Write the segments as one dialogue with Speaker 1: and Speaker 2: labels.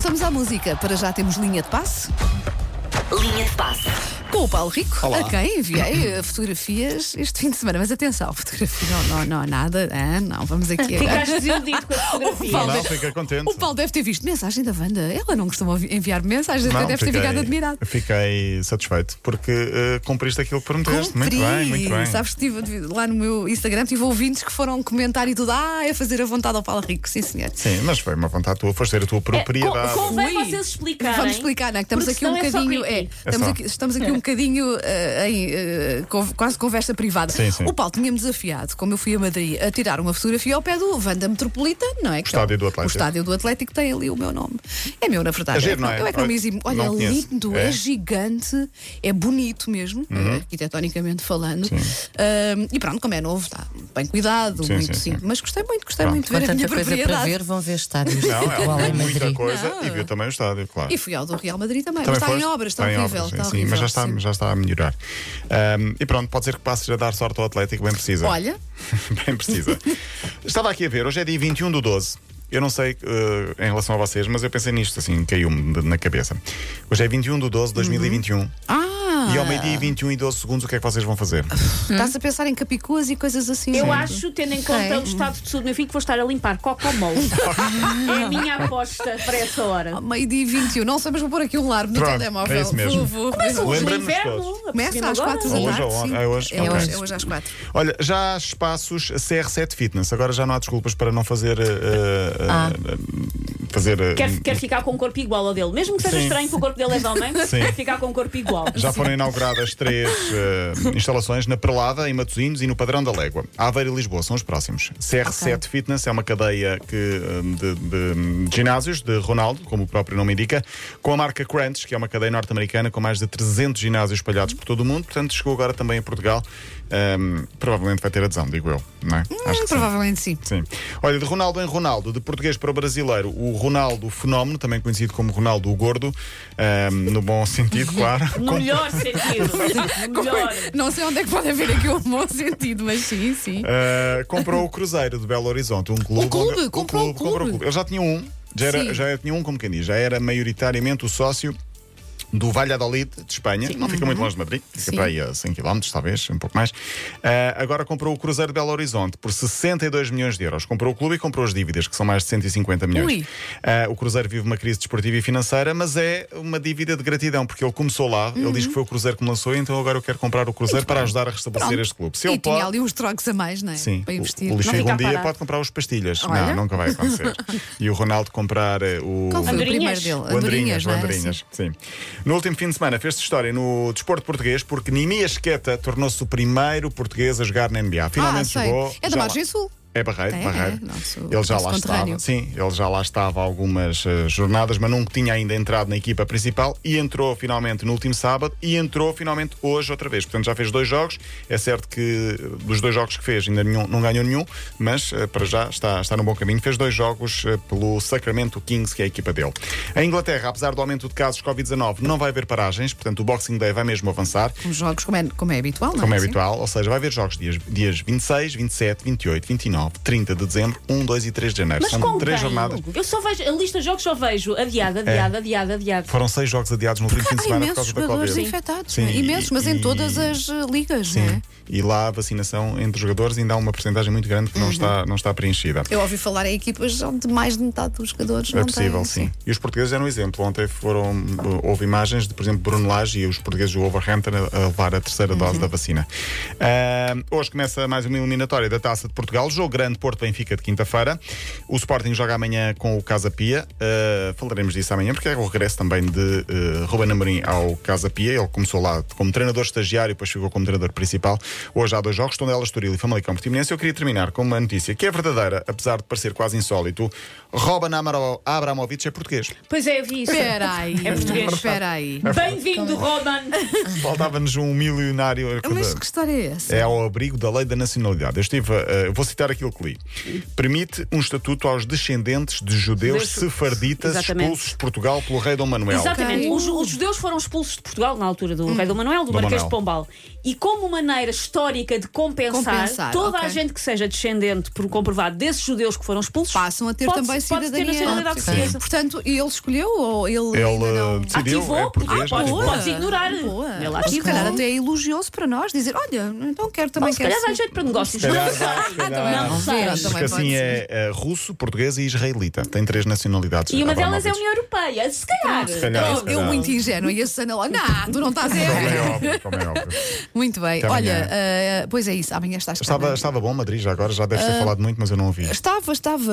Speaker 1: Vamos à música. Para já temos linha de passe.
Speaker 2: Linha de passe.
Speaker 1: Com o Paulo Rico,
Speaker 3: Olá.
Speaker 1: a quem enviei eh, fotografias este fim de semana. Mas atenção, fotografia não, não, não, nada. Ah, não, vamos aqui agora.
Speaker 4: Ficaste desiludido com a
Speaker 1: O
Speaker 4: fotografia.
Speaker 1: Paulo,
Speaker 3: Não, fica contente.
Speaker 1: o Paulo deve ter visto mensagem da Wanda. Ela não costuma ouvir- enviar mensagens, até deve ter ficado admirado.
Speaker 3: Fiquei satisfeito porque eh, cumpriste aquilo que prometeste.
Speaker 1: Cumpri.
Speaker 3: Muito bem, muito bem.
Speaker 1: Sabes que tive, lá no meu Instagram tive ouvintes que foram comentar e tudo. Ah, é fazer a vontade ao Paulo Rico, sim senhor.
Speaker 3: Sim, mas foi uma vontade tua, foste ter a tua propriedade.
Speaker 4: É, con- convém
Speaker 1: Ui.
Speaker 4: vocês explicarem.
Speaker 1: Vamos explicar, não é? Que estamos aqui
Speaker 4: porque
Speaker 1: um
Speaker 4: senão é só
Speaker 1: bocadinho.
Speaker 4: creepy.
Speaker 3: É
Speaker 1: estamos,
Speaker 3: só.
Speaker 1: aqui, estamos aqui um bocadinho eh, em eh, con- quase conversa privada.
Speaker 3: Sim, sim.
Speaker 1: O Paulo tinha-me desafiado, como eu fui a Madrid, a tirar uma fotografia ao pé do Vanda Metropolitano, não é? Que é
Speaker 3: estádio do
Speaker 1: O
Speaker 3: Atlético.
Speaker 1: estádio do Atlético tem ali o meu nome. É meu, na verdade.
Speaker 3: É giro,
Speaker 1: que
Speaker 3: não é?
Speaker 1: Eu é que não me
Speaker 3: Olha,
Speaker 1: exibo. Olha,
Speaker 3: não
Speaker 1: é
Speaker 3: conheço.
Speaker 1: lindo, é.
Speaker 3: É? Uhum.
Speaker 1: gigante, é bonito mesmo, eh, arquitetonicamente falando. Ahm, e pronto, como é novo, está bem cuidado,
Speaker 3: Sim,
Speaker 1: muito
Speaker 3: sim,
Speaker 1: sim.
Speaker 3: sim.
Speaker 1: Mas gostei muito, gostei
Speaker 3: Pronto.
Speaker 1: muito de
Speaker 5: Com
Speaker 1: ver a
Speaker 5: tanta
Speaker 1: minha
Speaker 5: coisa para
Speaker 1: propriedade.
Speaker 5: ver, vão ver estádios de
Speaker 3: Não, é
Speaker 5: futebol
Speaker 3: ela
Speaker 5: em
Speaker 3: viu muita
Speaker 5: Madrid.
Speaker 3: coisa
Speaker 1: Não.
Speaker 3: e viu também o estádio, claro.
Speaker 1: E fui ao do Real Madrid também,
Speaker 3: Também
Speaker 1: mas está em
Speaker 3: foste?
Speaker 1: obras, está
Speaker 3: Em
Speaker 1: horrível.
Speaker 3: obras, sim,
Speaker 1: está
Speaker 3: sim,
Speaker 1: horrível,
Speaker 3: mas já está,
Speaker 1: sim.
Speaker 3: já está a melhorar. Ahm, e pronto, pode ser que passes a dar sorte ao Atlético, bem precisa.
Speaker 1: Olha,
Speaker 3: Bem precisa. Estava aqui a ver, hoje é dia 21 do 12. Eu não sei eh, em relação a vocês, mas eu pensei nisto, assim, caiu-me de- na cabeça. Hoje é 21 do 12 de 2021.
Speaker 1: Ah!
Speaker 3: E ao meio-dia e 21 e 12 segundos, o que é que vocês vão fazer?
Speaker 1: Estás a pensar em capicuas e coisas assim.
Speaker 4: Eu
Speaker 1: não é?
Speaker 4: acho, tendo em conta
Speaker 5: Ok.
Speaker 4: o estado de saúde do meu filho, que vou estar a limpar cocomol. é a minha aposta para essa hora.
Speaker 1: Ao Ah, meio-dia e 21. Não sei, mas vou pôr aqui um alarme no
Speaker 3: Pronto,
Speaker 1: telemóvel.
Speaker 3: é isso mesmo.
Speaker 1: Vou, vou.
Speaker 4: Começa hoje o
Speaker 3: Lembrem-nos
Speaker 4: inverno.
Speaker 3: todos.
Speaker 4: aproxima
Speaker 1: Começa às
Speaker 4: agora.
Speaker 1: 4 da
Speaker 3: Ou hoje
Speaker 1: tarde.
Speaker 3: ou ontem?
Speaker 1: sim.
Speaker 3: É hoje?
Speaker 1: É
Speaker 3: Ok.
Speaker 1: hoje, é hoje às 4.
Speaker 3: Olha, já há espaços CR7 Fitness. Agora já não há desculpas para não fazer. eh, eh,
Speaker 5: Ah.
Speaker 3: eh, fazer. eh,
Speaker 4: Quer, quer ficar com o corpo igual ao dele. Mesmo que seja
Speaker 3: Sim.
Speaker 4: estranho que o corpo dele é de homem,
Speaker 3: Sim.
Speaker 4: quer ficar com o corpo igual.
Speaker 3: Já foram inauguradas três eh, instalações na Perlada, em Matosinhos e no Padrão da Légua. Aveiro e Lisboa são os próximos. CR7 Fitness é uma cadeia que, eh, de, de ginásios de Ronaldo, como o próprio nome indica, com a marca Crunch, que é uma cadeia norte-americana com mais de 300 ginásios espalhados por todo o mundo. Portanto, chegou agora também a Portugal. Ehm, provavelmente vai ter adesão, digo eu, não é? Acho que sim.
Speaker 1: Hum, Provavelmente sim.
Speaker 3: Sim. Olha, de Ronaldo em Ronaldo, de português para o brasileiro, o Ronaldo Fenómeno, também conhecido como Ronaldo o Gordo, ahm, no bom sentido, claro.
Speaker 4: No
Speaker 3: Com-
Speaker 4: melhor sentido. No melhor.
Speaker 1: Não sei onde é que pode haver aqui um bom sentido, mas sim, sim.
Speaker 3: ah, comprou o Cruzeiro de Belo Horizonte, um clube.
Speaker 1: O clube,
Speaker 3: onde-
Speaker 1: comprou o clube.
Speaker 3: Ele já tinha um, já,
Speaker 1: Sim.
Speaker 3: era, já tinha um, como quem diz, já era maioritariamente o sócio. Do Valladolid, de Espanha, não fica muito longe de Madrid, fica
Speaker 1: Uhum. Sim.
Speaker 3: para aí a 100 km, talvez, um pouco mais. Ah, agora comprou o Cruzeiro de Belo Horizonte por 62 milhões de euros. Comprou o clube e comprou as dívidas, que são mais de 150 milhões.
Speaker 1: Ui.
Speaker 3: Ah, o Cruzeiro vive uma crise desportiva e financeira, mas é uma dívida de gratidão, porque ele começou lá, ele
Speaker 1: Uhum.
Speaker 3: diz que foi o Cruzeiro que me lançou, então agora eu quero comprar o Cruzeiro para ajudar a restabelecer
Speaker 1: Pronto.
Speaker 3: este clube. Se
Speaker 1: E
Speaker 3: ele pode,
Speaker 1: tinha ali uns trocos a mais, não é?
Speaker 3: Sim,
Speaker 1: Para
Speaker 3: o-
Speaker 1: investir.
Speaker 3: o
Speaker 4: Não
Speaker 3: lixeiro
Speaker 4: fica
Speaker 3: um dia
Speaker 4: parado.
Speaker 3: pode comprar os pastilhas.
Speaker 1: Olha.
Speaker 3: Não, nunca vai acontecer. e o Ronaldo comprar eh, o.
Speaker 1: Qual foi o primeiro
Speaker 4: Andorinhas?
Speaker 1: dele?
Speaker 3: o Andorinhas, o
Speaker 1: não é?
Speaker 3: Andorinhas, sim. No último fim de semana fez-se história no desporto português porque Nimias Queta tornou-se o primeiro português a jogar na NBA. Finalmente
Speaker 1: sei.
Speaker 3: chegou.
Speaker 1: É da
Speaker 3: já lá-
Speaker 1: Margem Sul.
Speaker 3: É Barreiro,
Speaker 1: É,
Speaker 3: Barreiro.
Speaker 1: é, nosso-
Speaker 3: ele já
Speaker 1: nosso
Speaker 3: lá
Speaker 1: conterrâneo.
Speaker 3: estava. Sim, ele já lá estava há algumas eh, jornadas, mas nunca tinha ainda entrado na equipa principal e entrou finalmente no último sábado e entrou finalmente hoje outra vez. Portanto, já fez dois jogos. É certo que eh, dos dois jogos que fez ainda nenhum- não ganhou nenhum, mas eh, para já está, está no bom caminho. Fez dois jogos eh, pelo Sacramento Kings, que é a equipa dele. A Inglaterra, apesar do aumento de casos de Covid-19, não vai haver paragens, portanto, o Boxing Day vai mesmo avançar.
Speaker 1: Os jogos, como é, como é habitual, não
Speaker 3: Como é
Speaker 1: Sim.
Speaker 3: habitual, ou seja, vai haver jogos dias, dias 26, 27, 28, 29, 30 de dezembro, 1, 2 e 3 de janeiro.
Speaker 4: Mas
Speaker 3: São
Speaker 4: com
Speaker 3: três
Speaker 4: quem?
Speaker 3: jornadas. É.
Speaker 4: Eu só vejo, a lista de jogos só vejo adiado, adiado, adiado, adiado.
Speaker 3: Foram seis jogos adiados no último fim de
Speaker 1: Há
Speaker 3: semana por
Speaker 1: imensos
Speaker 3: causa da
Speaker 1: jogadores
Speaker 3: Covid.
Speaker 1: infectados.
Speaker 3: Sim,
Speaker 1: não é?
Speaker 3: e-
Speaker 1: imensos, mas em
Speaker 3: e-
Speaker 1: todas as eh, ligas, não é?
Speaker 3: Sim. E lá a vacinação entre jogadores ainda há uma porcentagem muito grande que não, está, não está preenchida.
Speaker 1: Eu ouvi falar em equipas onde mais de metade dos jogadores
Speaker 3: É
Speaker 1: não
Speaker 3: possível,
Speaker 1: têm,
Speaker 3: sim. E os portugueses eram um exemplo. Ontem foram, uh, houve imagens de, por exemplo, Bruno Lage e os portugueses do Wolverhampton a a levar a terceira
Speaker 1: Uhum.
Speaker 3: dose da vacina. Ah, hoje começa mais uma eliminatória da Taça de Portugal. Jogo grande Porto-Benfica de quinta-feira. O Sporting joga amanhã com o Casa Pia. Ah, falaremos disso amanhã, porque é o regresso também de eh, Ruben Amorim ao Casa Pia. Ele começou lá como treinador estagiário, depois ficou como treinador principal. Hoje há dois jogos, Tondela Estoril e Famalicão Portimonense. Eu queria terminar com uma notícia que é verdadeira, apesar de parecer quase insólito. Robin Amaro- Abramovich é português.
Speaker 4: Pois é, eu vi isso.
Speaker 1: Espera aí.
Speaker 4: É português.
Speaker 1: Espera aí.
Speaker 4: Bem-vindo, Roman.
Speaker 3: Faltava-nos um milionário.
Speaker 1: Mas que história é essa?
Speaker 3: É ao abrigo da lei da nacionalidade. Eu estive, eh, vou citar aqui aquilo que li. Permite um estatuto aos descendentes de
Speaker 4: Judeus-
Speaker 3: judeus sefarditas
Speaker 4: Exatamente.
Speaker 3: expulsos de Portugal pelo rei Dom Manuel.
Speaker 4: Exatamente.
Speaker 1: Ok. Hum.
Speaker 4: Os, os judeus foram expulsos de Portugal na altura do rei Dom Manuel, do
Speaker 3: Dom
Speaker 4: Marquês
Speaker 3: Manuel.
Speaker 4: de Pombal. E como maneira histórica de compensar,
Speaker 1: Compensar,
Speaker 4: toda
Speaker 1: ok.
Speaker 4: a gente que seja descendente por comprovado desses judeus que foram expulsos
Speaker 1: Passam a ter
Speaker 4: pode-
Speaker 1: também
Speaker 4: pode
Speaker 1: cidadania.
Speaker 4: ter nacionalidade
Speaker 1: Sim.
Speaker 4: portuguesa.
Speaker 1: Portanto, ele escolheu ou ele.
Speaker 3: Ele
Speaker 1: ainda não...
Speaker 3: eh, decidiu,
Speaker 4: Ativou?
Speaker 3: é
Speaker 4: Ah,
Speaker 3: português,
Speaker 4: pode-
Speaker 3: ativou.
Speaker 4: pode- podes ignorar.
Speaker 1: Boa.
Speaker 4: Ele
Speaker 1: Ou Se
Speaker 4: ativou.
Speaker 1: calhar até é elogioso para nós dizer: olha, então quero também.
Speaker 4: Ou se
Speaker 1: quero
Speaker 4: calhar dá
Speaker 1: ser.
Speaker 4: jeito para negócios.
Speaker 3: Se calhar
Speaker 4: Não
Speaker 3: dá,
Speaker 4: sei.
Speaker 3: se calhar dá.
Speaker 1: Verá,
Speaker 4: Não sei.
Speaker 1: também
Speaker 3: Porque assim
Speaker 1: pode
Speaker 3: é, eh, russo, português e israelita. Tem três nacionalidades. Ah,
Speaker 4: E uma delas
Speaker 3: Abramovich.
Speaker 4: é a União Europeia. Se calhar.
Speaker 3: Se calhar, se
Speaker 1: Eu, eu
Speaker 3: calhar.
Speaker 1: muito ingênua e a Susana lá, não, tu não estás a
Speaker 3: Como é
Speaker 1: ver.
Speaker 3: óbvio, como é óbvio.
Speaker 1: Muito bem,
Speaker 3: Até
Speaker 1: olha,
Speaker 3: amanhã.
Speaker 1: eh, pois é isso, amanhã estás
Speaker 3: Estava, estava bom Madrid já agora, já deve
Speaker 4: Ah,
Speaker 3: ter falado muito, mas eu não ouvi.
Speaker 1: Estava, estava.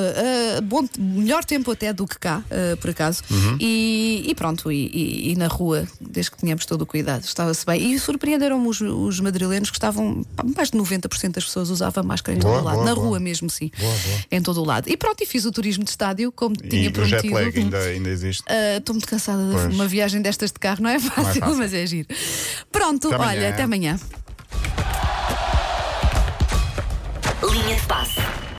Speaker 1: ah, bom, melhor tempo até do que cá, ah, por acaso.
Speaker 3: Uhum.
Speaker 1: E, e pronto, e, e- e na rua, desde que tínhamos todo o cuidado, estava-se bem. E surpreenderam-me os, os madrilenos que estavam. pá, Mais de 90% das pessoas usavam máscara em
Speaker 3: Boa,
Speaker 1: todo o lado.
Speaker 3: boa,
Speaker 1: na
Speaker 3: boa.
Speaker 1: rua mesmo, sim.
Speaker 3: Boa, boa.
Speaker 1: Em todo o lado. E pronto, e fiz o turismo de estádio, como
Speaker 3: E
Speaker 1: tinha
Speaker 3: o jet
Speaker 1: prometido.
Speaker 3: lag ainda, ainda existe.
Speaker 1: Ah, Estou muito cansada de
Speaker 3: Pois.
Speaker 1: uma viagem destas de carro, não é fácil,
Speaker 3: fácil.
Speaker 1: mas é giro. Pronto,
Speaker 3: Até amanhã.
Speaker 1: olha, até amanhã.
Speaker 2: Linha de passe.